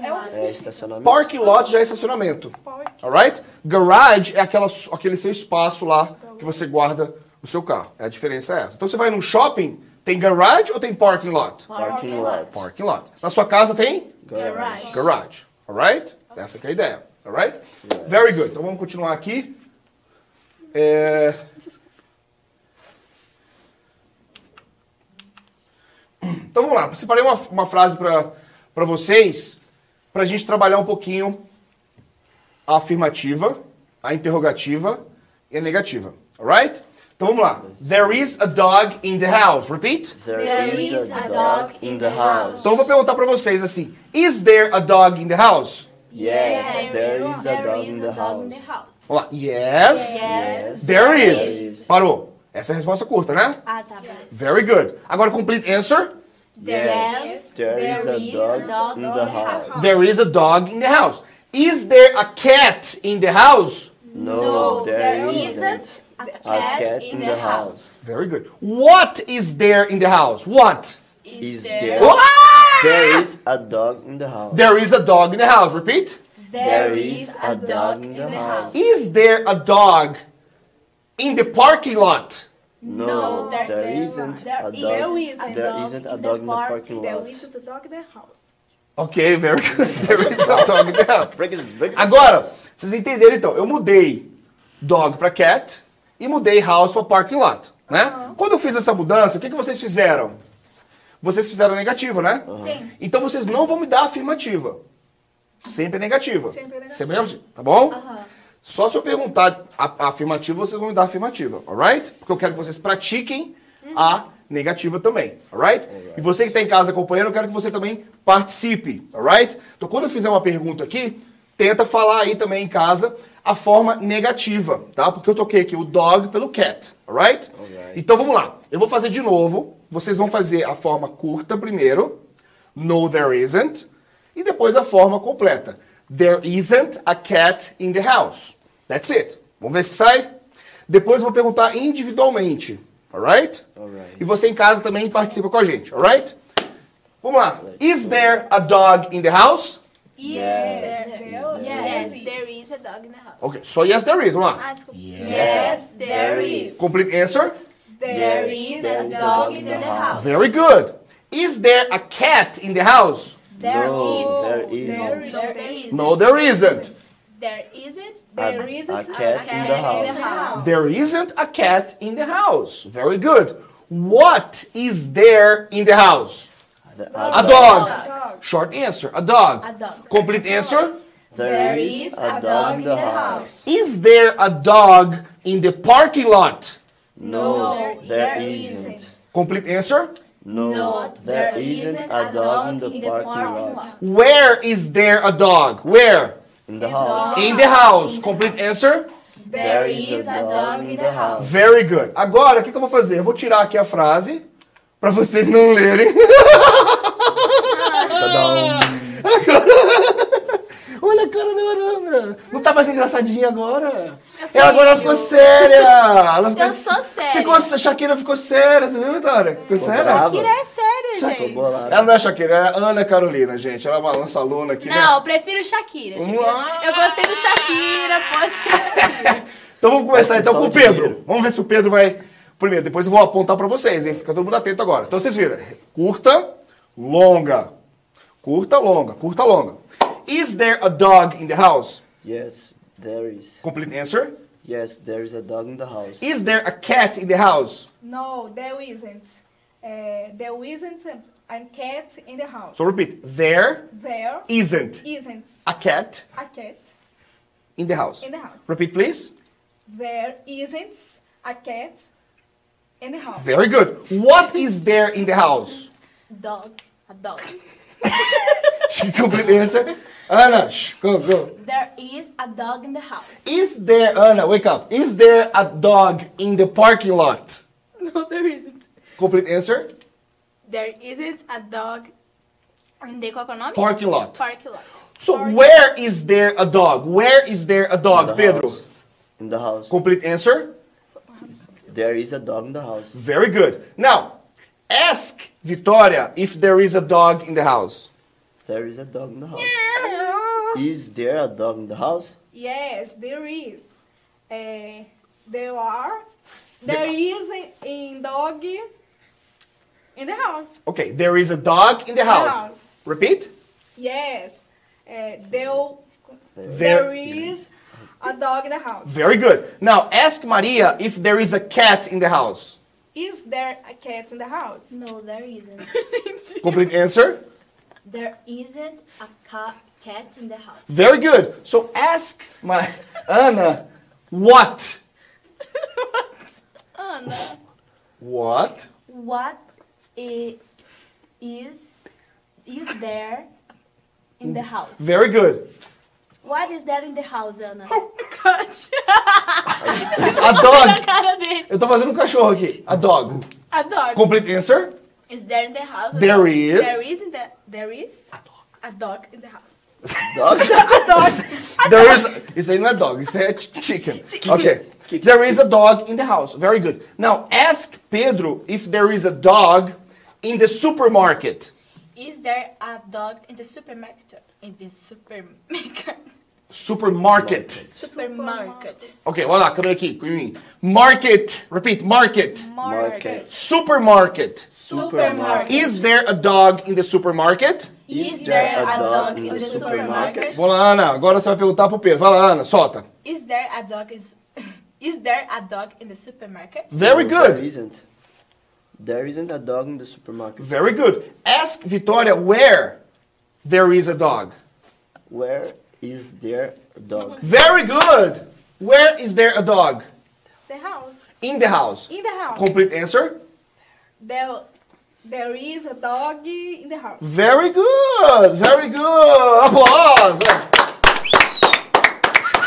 É um
É estacionamento.
Parking lot já é estacionamento. Alright? Garage é aquela, su- aquele seu espaço lá que você guarda o seu carro. É a diferença é essa. Então você vai num shopping, tem garage ou tem parking lot?
Parking lot.
Parking lot. Na sua casa tem
Garage.
garage. Alright? Essa que é a ideia. Alright? Very good. Então vamos continuar aqui. É... Então vamos lá. Separei uma, uma frase para vocês, para a gente trabalhar um pouquinho a afirmativa, a interrogativa e a negativa. Alright? Então vamos lá. There is a dog in the house. Repeat.
There is a dog in the house.
Então eu vou perguntar pra vocês assim: Is there a dog in the house?
Yes, there is a dog in the house.
house.
Vamos lá. Yes.
Yes,
There
there
is.
is.
Parou. Essa é a resposta curta, né?
Ah, tá bom.
Very good. Agora complete answer.
Yes, there is a dog in the house.
There is a dog in the house. Is there a cat in the house?
No, there isn't a cat in the house.
Very good. What is there in the house? What?
Is there?
Ah!
There is a dog in the house.
There is a dog in the house. Repeat.
There is a dog in the house.
Is there a dog in the parking lot?
No, there isn't a
There
dog.
is a
There
dog in
isn't a
the
dog in the
park.
parking
There
lot.
is a dog in the house.
Ok, very good. There is a dog in the house.
Break it- break it-
Agora, vocês entenderam então, eu mudei dog pra cat e mudei house pra parking lot, né? Quando eu fiz essa mudança, o que, que vocês fizeram? Vocês fizeram negativo, né?
Sim.
Então vocês não vão me dar afirmativa. Sempre é negativa.
Sempre é negativa.
Sempre é negativa, tá bom? Só se eu perguntar a, a afirmativa, vocês vão me dar a afirmativa, alright? Porque eu quero que vocês pratiquem a negativa também, alright? E você que está em casa acompanhando, eu quero que você também participe, alright? Então quando eu fizer uma pergunta aqui, tenta falar aí também em casa a forma negativa, tá? Porque eu toquei aqui o dog pelo cat, alright? Então vamos lá. Eu vou fazer de novo. Vocês vão fazer a forma curta primeiro. No, there isn't. E depois a forma completa. There isn't a cat in the house. That's it. Vamos ver se sai? Depois eu vou perguntar individualmente. Alright?
Alright.
E você em casa também participa com a gente. Alright? Vamos lá. Is there a dog in the house?
Yes,
Yes, there is a dog in the house.
Ok, só yes there is. Vamos lá.
Ah, desculpa.
Yes,
there is.
Complete answer.
There is a dog in the house.
Very good. Is there a cat in the house?
No, there isn't.
There is.
No, there isn't.
There isn't.
There is
A cat in the house.
There isn't a cat in the house. Very good. What is there in the house? A dog. Short answer. A dog. A
dog.
Complete answer.
There is a dog in the house.
Is there a dog in the parking lot?
No, there isn't.
Complete answer.
No, there isn't a dog in the parking lot.
Where is there a dog? Where?
In the house.
In the house. Complete answer.
There is a dog in the house.
Very good. Agora, o que, que eu vou fazer? Eu vou tirar aqui a frase para vocês não lerem.
Tadam.
olha a cara da Arana. Não tá mais engraçadinha agora. Ela agora ficou séria. Ela ficou,
Eu sou séria.
Ficou, a Shakira ficou séria, você viu, Vitória? Ficou séria?
brava.
Kira é séria,
Já
gente.
Tô bolado.
Ela não é Shakira, é Ana Carolina, gente. Ela é uma nossa aluna aqui, né?
Não, eu prefiro Shakira. Shakira.
Uau!
Eu gostei do Shakira, pode ser Shakira.
Então vamos começar
Vai
então com o
pensar o
Pedro.
dinheiro.
Vamos ver se o Pedro vai primeiro. Depois eu vou apontar pra vocês, hein? Fica todo mundo atento agora. Então vocês viram. Curta, longa. Curta, longa. Curta, longa. Is there a dog in the house?
Yes, there is.
Complete answer.
Yes, there is a dog in the house.
Is there a cat in the house?
No, there isn't. Eh, there isn't a cat in the house.
So repeat. There
There
isn't
isn't
a cat
a cat
in the house.
in the house.
Repeat, please.
There isn't a cat in the house.
Very good. What is there in the house?
Dog. A dog.
She complete answer. Ana, shh, go, go.
There is a dog in the house.
Is there, Anna, wake up. Is there a dog in the parking lot?
No, there isn't.
Complete answer?
There isn't a dog. And daí qual que é o nome?
Parking lot.
Parking lot.
So where is there a dog? Where is there a dog,
In the
Pedro?
house. In the house.
Complete answer?
There is a dog in the house.
Very good. Now, ask Victoria if there is a dog in the house.
There is a dog in the house. Is there a dog in the house?
Yes, there is. Eh, there are. There is a, a dog in the house.
Okay, there is a dog in the house.
house.
Repeat.
Yes. Eh, there,
There
there is a dog in the house.
Very good. Now, ask Maria if there is a cat in the house.
Is there a cat in the house?
No, there isn't.
Complete answer?
there isn't a ca- cat in the house.
Very good. So ask my Anna what?
Ana.
What?
What i- is is there in
Mm.
the house?
Very good.
What is there in the house, Ana?
Oh
A dog.
Cara dele.
Eu tô fazendo um cachorro aqui. A dog.
A dog.
Complete answer?
Is there in the house? a
There
dog?
is.
There is in the... There is? A dog. A dog in the house.
Dog?
There is. Isso aí não é dog, isso aí é ch- chicken. Okay. There is a dog in the house. Very good. Now ask Pedro if there is a dog in the supermarket.
Is there a dog in the supermarket? In the supermarket.
Supermarket.
Supermarket.
Ok, vai lá, câmera aqui. com mim. Market. Repeat, market.
Market.
Supermarket.
Supermarket.
Is there a dog in the supermarket?
Is there a dog in the supermarket?
Vamos lá, Ana. Agora você vai perguntar pro Pedro. Vai lá, Ana, solta.
Is there a dog in... s- Is there a dog in the supermarket?
Very
No, There
good.
isn't. There isn't a dog in the supermarket.
Very good. Ask Vitória where there is a dog.
Where is there a dog?
Very good. Where is there a dog?
The house.
In the house.
In the house.
Complete answer.
There, there is a dog in the house.
Very good. Very good. Aplausos.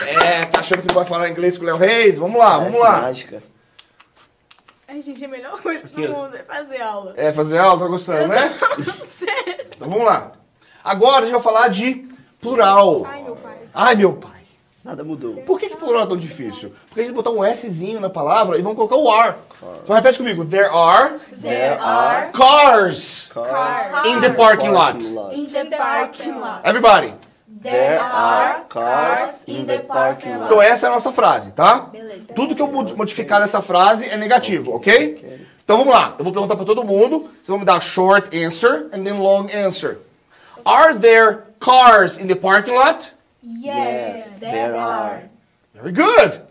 É, tá achando que não vai falar inglês com o Léo Reis? Vamos lá, vamos
Parece
lá.
Mágica.
Ai, gente, é a melhor coisa do
quê?
mundo é fazer aula.
É, fazer aula, tá gostando, né?
Sério.
Então vamos lá. Agora a gente vai falar de plural.
Ai, meu pai.
Ai, meu pai.
Nada mudou.
Por que, que plural é tão difícil? Porque a gente botar um Szinho na palavra e vamos colocar o ar. Então repete comigo. There are
There are
cars
cars
in the parking lot.
In
In the parking lot.
Everybody.
There are cars in the parking lot.
Então essa é a nossa frase, tá?
Beleza.
Tudo que eu mod- modificar nessa frase é negativo, ok? Então vamos lá. Eu vou perguntar pra todo mundo. Vocês vão me dar short answer and then long answer. Are there cars in the parking lot?
Yes, there are.
Very good.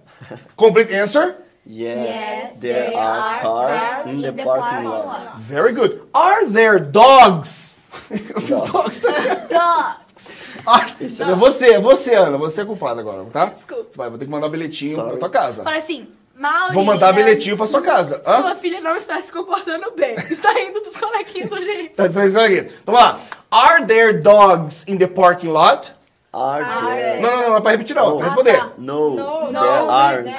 Complete answer.
Yes, there are cars in the parking lot.
Very good. Are there dogs? Eu fiz dogs.
Dogs.
Ah, é você, é você, Ana. Você é culpada agora, tá?
Desculpa.
Vai, vou ter que mandar um bilhetinho
Sorry.
pra tua casa.
Fala assim, Maurina.
Vou mandar bilhetinho pra sua casa. Hã?
Sua filha não está se comportando bem. Está indo dos colequinhos hoje.
Tá distraído com aqui. Então vamos lá. Are there dogs in the parking lot?
Are
Não,
there?
não, não, não é pra repetir, não. É pra
Ah, tá.
responder.
No,
No,
there
no,
aren't.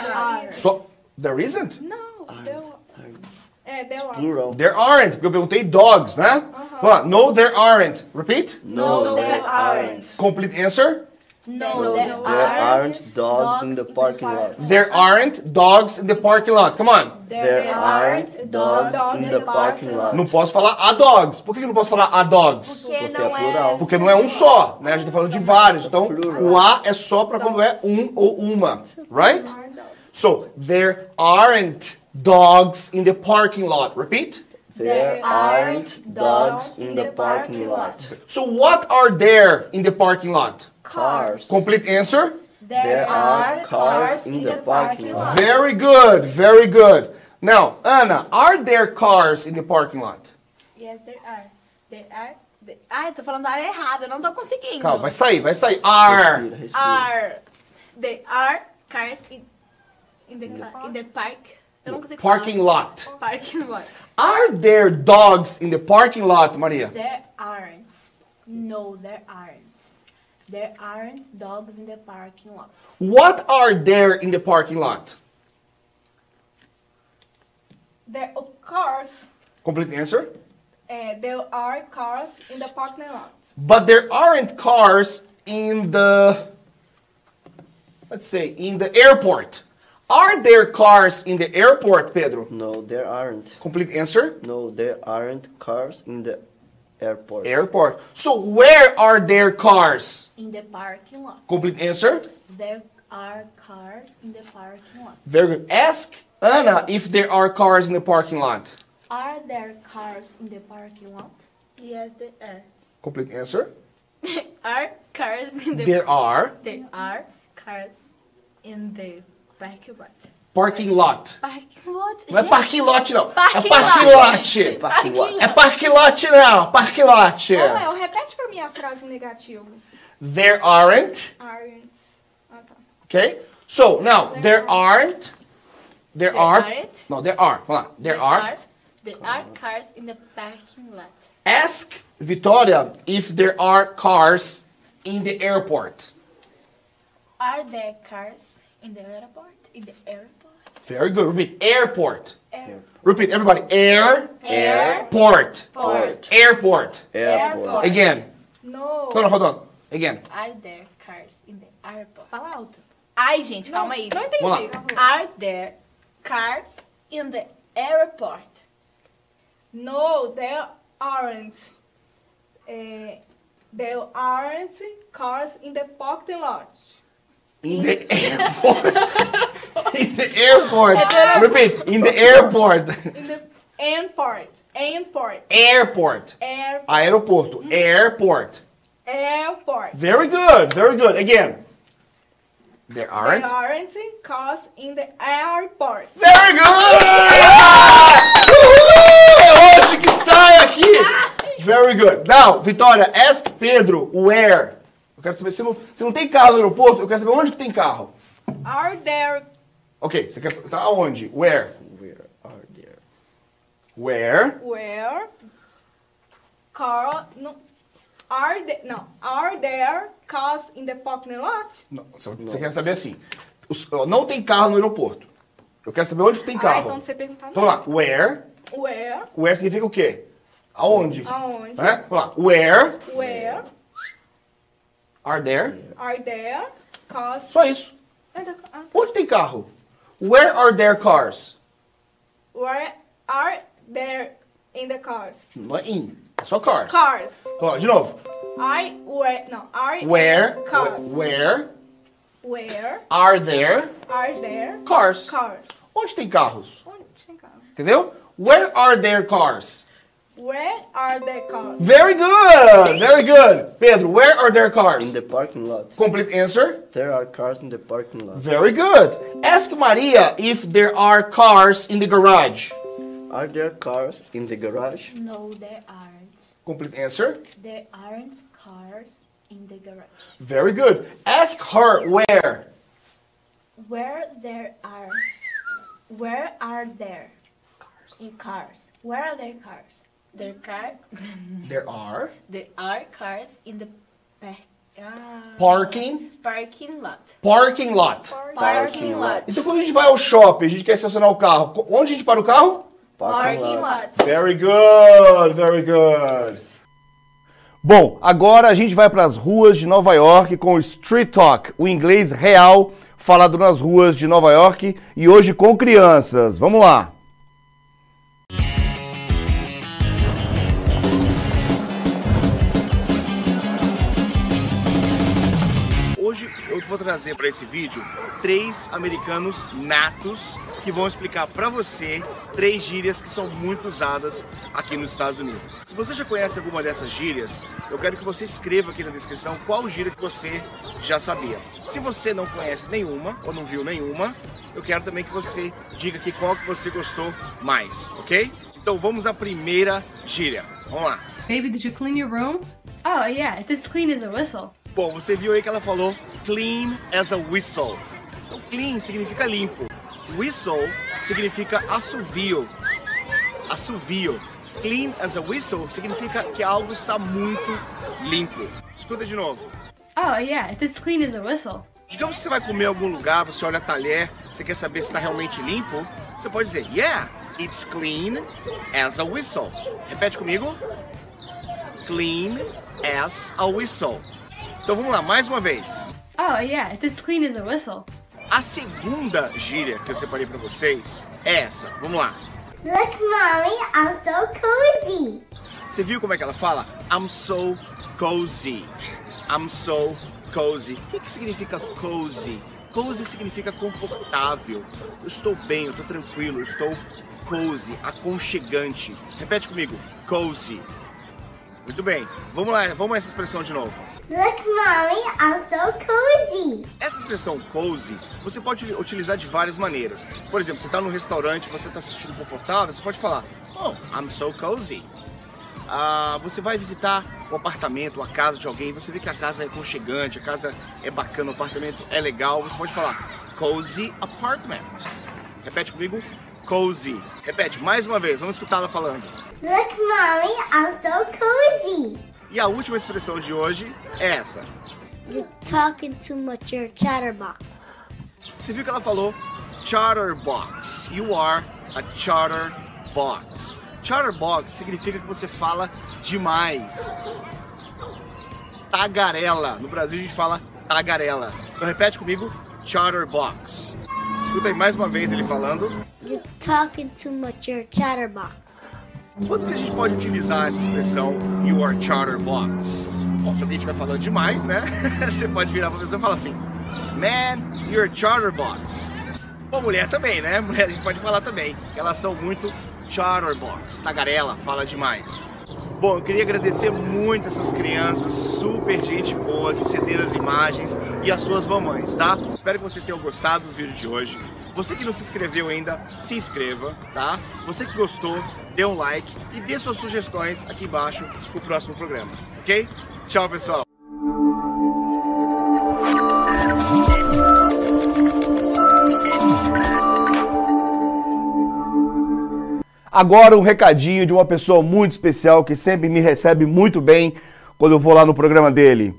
Só. there isn't?
No, there,
Aren't.
é, there are.
Plural.
There aren't, porque eu perguntei dogs, né? Vamos lá. No, there aren't. Repeat.
No, there aren't.
Complete answer.
No,
there
there
There
There
aren't.
aren't dogs in the parking lot.
There aren't dogs in the parking lot. Come on.
There aren't dogs in the parking lot.
Não posso falar a dogs. Por que eu não posso falar a dogs?
Porque
Porque é
não é-
plural.
Porque não é um só, né? A gente tá falando de vários. Então, o a é só pra quando é um ou uma. Right? So, there aren't dogs in the parking lot. Repeat.
There aren't dogs in the parking lot.
So, what are there in the parking lot?
Cars.
Complete answer.
There are cars in the parking lot.
Very good, very good. Now, Anna, are there cars in the parking lot?
Yes, there are. There are.
Ai, tô falando a área errada, eu não tô conseguindo.
Calma, vai sair, vai sair. Are.
Respira, respira.
Are. There are cars in, in, the, cla- in the park. Eu não consigo
Parking lot.
falar. Parking lot.
Are there dogs in the parking lot, Maria?
There aren't. No, there aren't. There aren't dogs in the parking lot.
What are there in the parking lot?
There are cars.
Complete answer.
eh, there are cars in the parking lot.
But there aren't cars in the let's say in the airport. Are there cars in the airport, Pedro?
No, there aren't.
Complete answer.
No, there aren't cars in the airport.
Airport. So where are there cars?
In the parking lot.
Complete answer.
There are cars in the parking lot.
Very good. Ask Anna if there are cars in the parking lot.
Are there cars in the parking lot?
Yes, there are.
Complete answer.
Are cars in the
There are
There are cars
In the parking lot.
parking lot.
parking lot.
Não é parking lot, não.
Parking
é parking lot.
Parking lot.
É parking lot, não. Parking lot.
Rafael, repete pra mim a frase negativa.
There aren't.
Aren't. Ah, tá.
Okay? So, now, there aren't. There, are.
aren't.
No, there are. Vamos lá. There, are.
There are cars in the parking lot.
Ask Vitória if there are cars in the airport.
Are there cars in the airport? In the airport?
Very good. Repeat. Airport. Repeat, everybody. Air. Airport.
Airport.
Airport.
Airport.
Again.
No.
No, no, hold on. Again.
Are there cars in the airport?
Fala alto.
Ai, gente, calma aí.
Não entendi.
Vamos lá.
Rafael.
Are there cars in the airport?
No, there aren't. Eh, there aren't cars in the parking lot.
In the airport. in the airport. Repeat. In the airport.
In the airport. Airport.
Airport.
Air,
Aeroporto. Airport.
airport.
Very good. Very good. Again. There aren't.
There aren't cars in the airport.
Very good. Uhul! É hoje que sai aqui. Very good. Now, Vitória, ask Pedro where. Eu quero saber se não, se não tem carro no aeroporto, eu quero saber onde que tem carro.
Are there
Ok, você quer perguntar aonde? Where?
Where are there?
Where?
where car no are the, no are there cars in the parking lot?
Não, você, você quer saber assim. os- ó, não tem carro no aeroporto. Eu quero saber onde que tem
Ah,
carro.
então você perguntar
Então vamos lá. Where?
não. Where
Where significa o quê? Aonde?
Aonde.
Né? Vamos lá. Where
where
are there?
are there cars?
Só isso.
Ah, tá, ah.
Onde tem carro? Where are there cars?
Where are there in the cars?
Não é in, é só cars.
Cars.
Ó, de novo.
I where no are
Where,
there cars?
where
Where
are there
are there
cars?
cars?
Onde tem carros?
Onde tem carro?
Entendeu? Where are there cars?
Where are the cars?
Very good, very good. Pedro, where are there
In
cars?
the parking lot.
Complete answer.
There are cars in the parking lot.
Very good. Ask Maria if there are cars in the garage.
Are there cars in the garage?
No, there aren't.
Complete answer.
There aren't cars in the garage.
Very good. Ask her where.
Where there are where are there cars? cars. Where are there cars?
There car.
There are
There are cars in the pa- ah,
parking,
parking lot.
parking lot.
Parking lot.
Então quando a gente vai ao shopping, a gente quer estacionar o carro. co- Onde a gente para o carro?
Parking lot.
Very good, very good. Bom, agora a gente vai para as ruas de Nova York com o Street Talk, o inglês real falado nas ruas de Nova York e hoje com crianças. Vamos lá. Hoje eu vou trazer para esse vídeo três americanos natos que vão explicar para você três gírias que são muito usadas aqui nos Estados Unidos. Se você já conhece alguma dessas gírias, eu quero que você escreva aqui na descrição qual gíria que você já sabia. Se você não conhece nenhuma ou não viu nenhuma, eu quero também que você diga aqui qual que você gostou mais, ok? Então vamos à primeira gíria. Vamos lá.
Baby, did you clean your room?
Oh, yeah, it's as clean as a whistle.
Bom, você viu aí que ela falou clean as a whistle. Então, clean significa limpo. Whistle significa assovio. Assovio. Clean as a whistle significa que algo está muito limpo. Escuta de novo.
Oh, yeah, it's as clean as a whistle.
Digamos que você vai comer em algum lugar, você olha talher, você quer saber se está realmente limpo, você pode dizer, yeah, it's clean as a whistle. Repete comigo. Clean as a whistle. Então vamos lá, mais uma vez.
Oh, yeah, it's as clean as a whistle.
A segunda gíria que eu separei para vocês é essa. Vamos lá.
Look, Molly, I'm so cozy.
Você viu como é que ela fala? I'm so cozy. I'm so cozy. O que, que significa cozy? Cozy significa confortável. Eu estou bem, eu estou tranquilo, eu estou cozy, aconchegante. Repete comigo, cozy. Muito bem, vamos lá, vamos a essa expressão de novo.
Look, Molly, I'm so cozy.
Essa expressão cozy você pode utilizar de várias maneiras. Por exemplo, você está num restaurante, você está se sentindo confortável, você pode falar, oh, I'm so cozy. Ah, você vai visitar o apartamento, a casa de alguém, você vê que a casa é aconchegante, a casa é bacana, o apartamento é legal, você pode falar cozy apartment. Repete comigo, cozy. Repete mais uma vez, vamos escutá-la falando.
Look, Molly, I'm so cozy.
E a última expressão de hoje é essa.
You're talking too much, you're a chatterbox.
Você viu que ela falou chatterbox. You are a chatterbox. Chatterbox significa que você fala demais. Tagarela. No Brasil a gente fala tagarela. Então repete comigo, chatterbox. Escuta aí mais uma vez ele falando.
You're talking too much, you're a chatterbox.
Quanto que a gente pode utilizar essa expressão you are chatterbox? Bom, se alguém estiver falando demais, né? Você pode virar pra pessoa e falar assim: Man, you're chatterbox. Ou mulher também, né? Mulher a gente pode falar também. que Elas são muito chatterbox, tagarela, fala demais. Bom, eu queria agradecer muito essas crianças, super gente boa, que cederam as imagens e as suas mamães, tá? Espero que vocês tenham gostado do vídeo de hoje. Você que não se inscreveu ainda, se inscreva, tá? Você que gostou, dê um like e dê suas sugestões aqui embaixo pro próximo programa, ok? Tchau, pessoal! Agora um recadinho de uma pessoa muito especial que sempre me recebe muito bem quando eu vou lá no programa dele.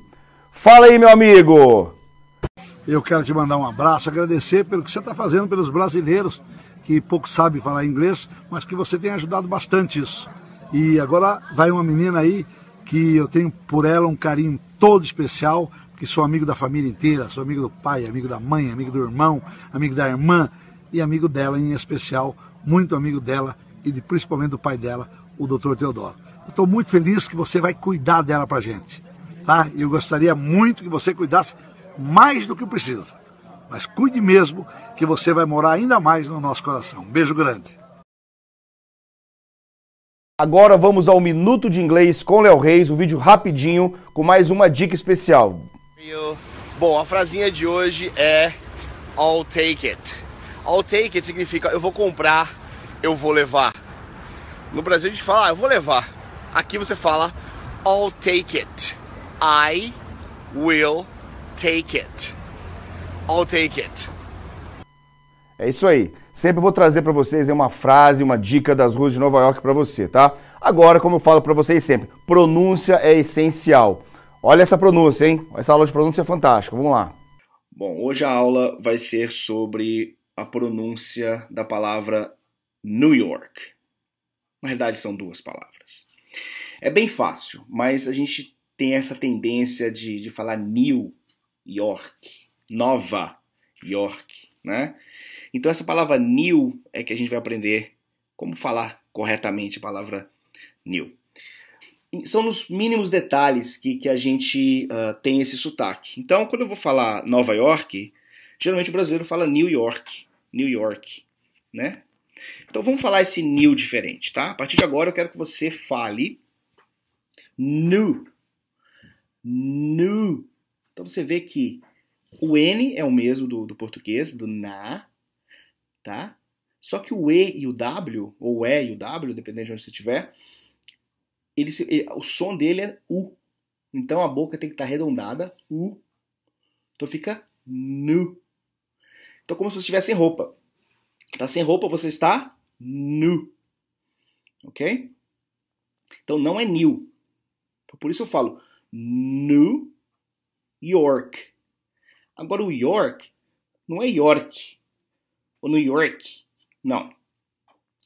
Fala aí, meu amigo!
Eu quero te mandar um abraço, agradecer pelo que você está fazendo pelos brasileiros que pouco sabem falar inglês, mas que você tem ajudado bastante isso. E agora vai uma menina aí que eu tenho por ela um carinho todo especial, que sou amigo da família inteira, sou amigo do pai, amigo da mãe, amigo do irmão, amigo da irmã e amigo dela em especial, muito amigo dela e de- principalmente do pai dela, o Dr. Teodoro. Eu estou muito feliz que você vai cuidar dela pra gente, tá? E Eu gostaria muito que você cuidasse mais do que precisa. Mas cuide mesmo, que você vai morar ainda mais no nosso coração. Um beijo grande.
Agora vamos ao Minuto de Inglês com Léo Reis, um vídeo rapidinho com mais uma dica especial. Bom, a frasinha de hoje é I'll take it. I'll take it significa eu vou comprar, eu vou levar. No Brasil a gente fala, ah, eu vou levar. Aqui você fala I'll take it. I will take it. I'll take it. É isso aí. Sempre vou trazer para vocês aí uma frase, uma dica das ruas de Nova York para você, tá? Agora, como eu falo para vocês sempre, pronúncia é essencial. Olha essa pronúncia, hein? Essa aula de pronúncia é fantástica. Vamos lá.
Bom, hoje a aula vai ser sobre a pronúncia da palavra New York. Na verdade, são duas palavras.
É bem fácil, mas a gente tem essa tendência de, de falar New York, Nova York, né? Então essa palavra new é que a gente vai aprender como falar corretamente a palavra new. E São nos mínimos detalhes que, que a gente ah, tem esse sotaque. Então, quando eu vou falar Nova York, geralmente o brasileiro fala New York, New York, né? Então vamos falar esse new diferente, tá? A partir de agora eu quero que você fale new. New. Então você vê que o N é o mesmo do, do português, do na, tá? Só que o E e o W, ou o E e o W, dependendo de onde você estiver, ele, se- ele- o som dele é U. Então a boca tem que estar arredondada, U. Então fica nu. Então como se você estivesse sem roupa. Tá sem roupa, você está nu. Ok? Então não é new. Então, por isso eu falo New York. Agora o York não é York ou New York. Não.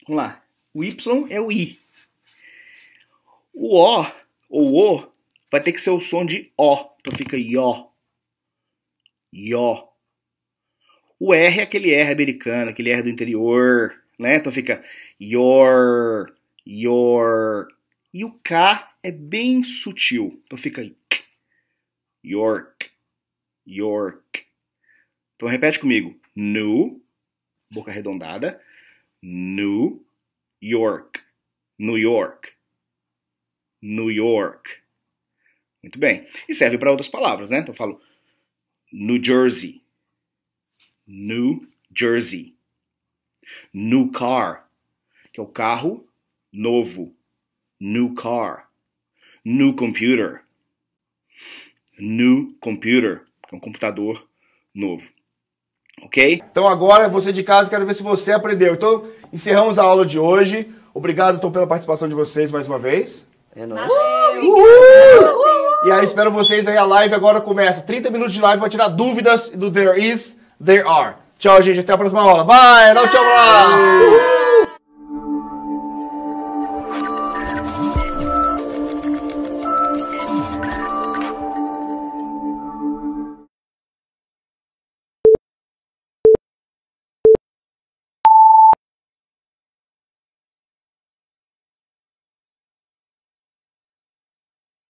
Vamos lá. O Y é o I. O O ou O vai ter que ser o som de O. Então fica Ió. Ió. O R é aquele R americano, aquele R do interior, né? Então fica your, your. E o K é bem sutil. Então fica k, York, York. Então repete comigo. New, boca arredondada. New York, New York, New York. Muito bem. E serve para outras palavras, né? Então eu falo New Jersey, New Jersey. New car, que é o carro novo. New car. New computer. New computer, que é um computador novo. Ok?
Então agora, você de casa, quero ver se você aprendeu. Então, encerramos a aula de hoje. Obrigado, Tom, pela participação de vocês mais uma vez.
É nóis.
E aí, espero vocês aí. A live agora começa. 30 minutos de live para tirar dúvidas do There Is, There Are. Tchau, gente. Até a próxima aula. Bye! Dá um tchau pra lá! Uhul!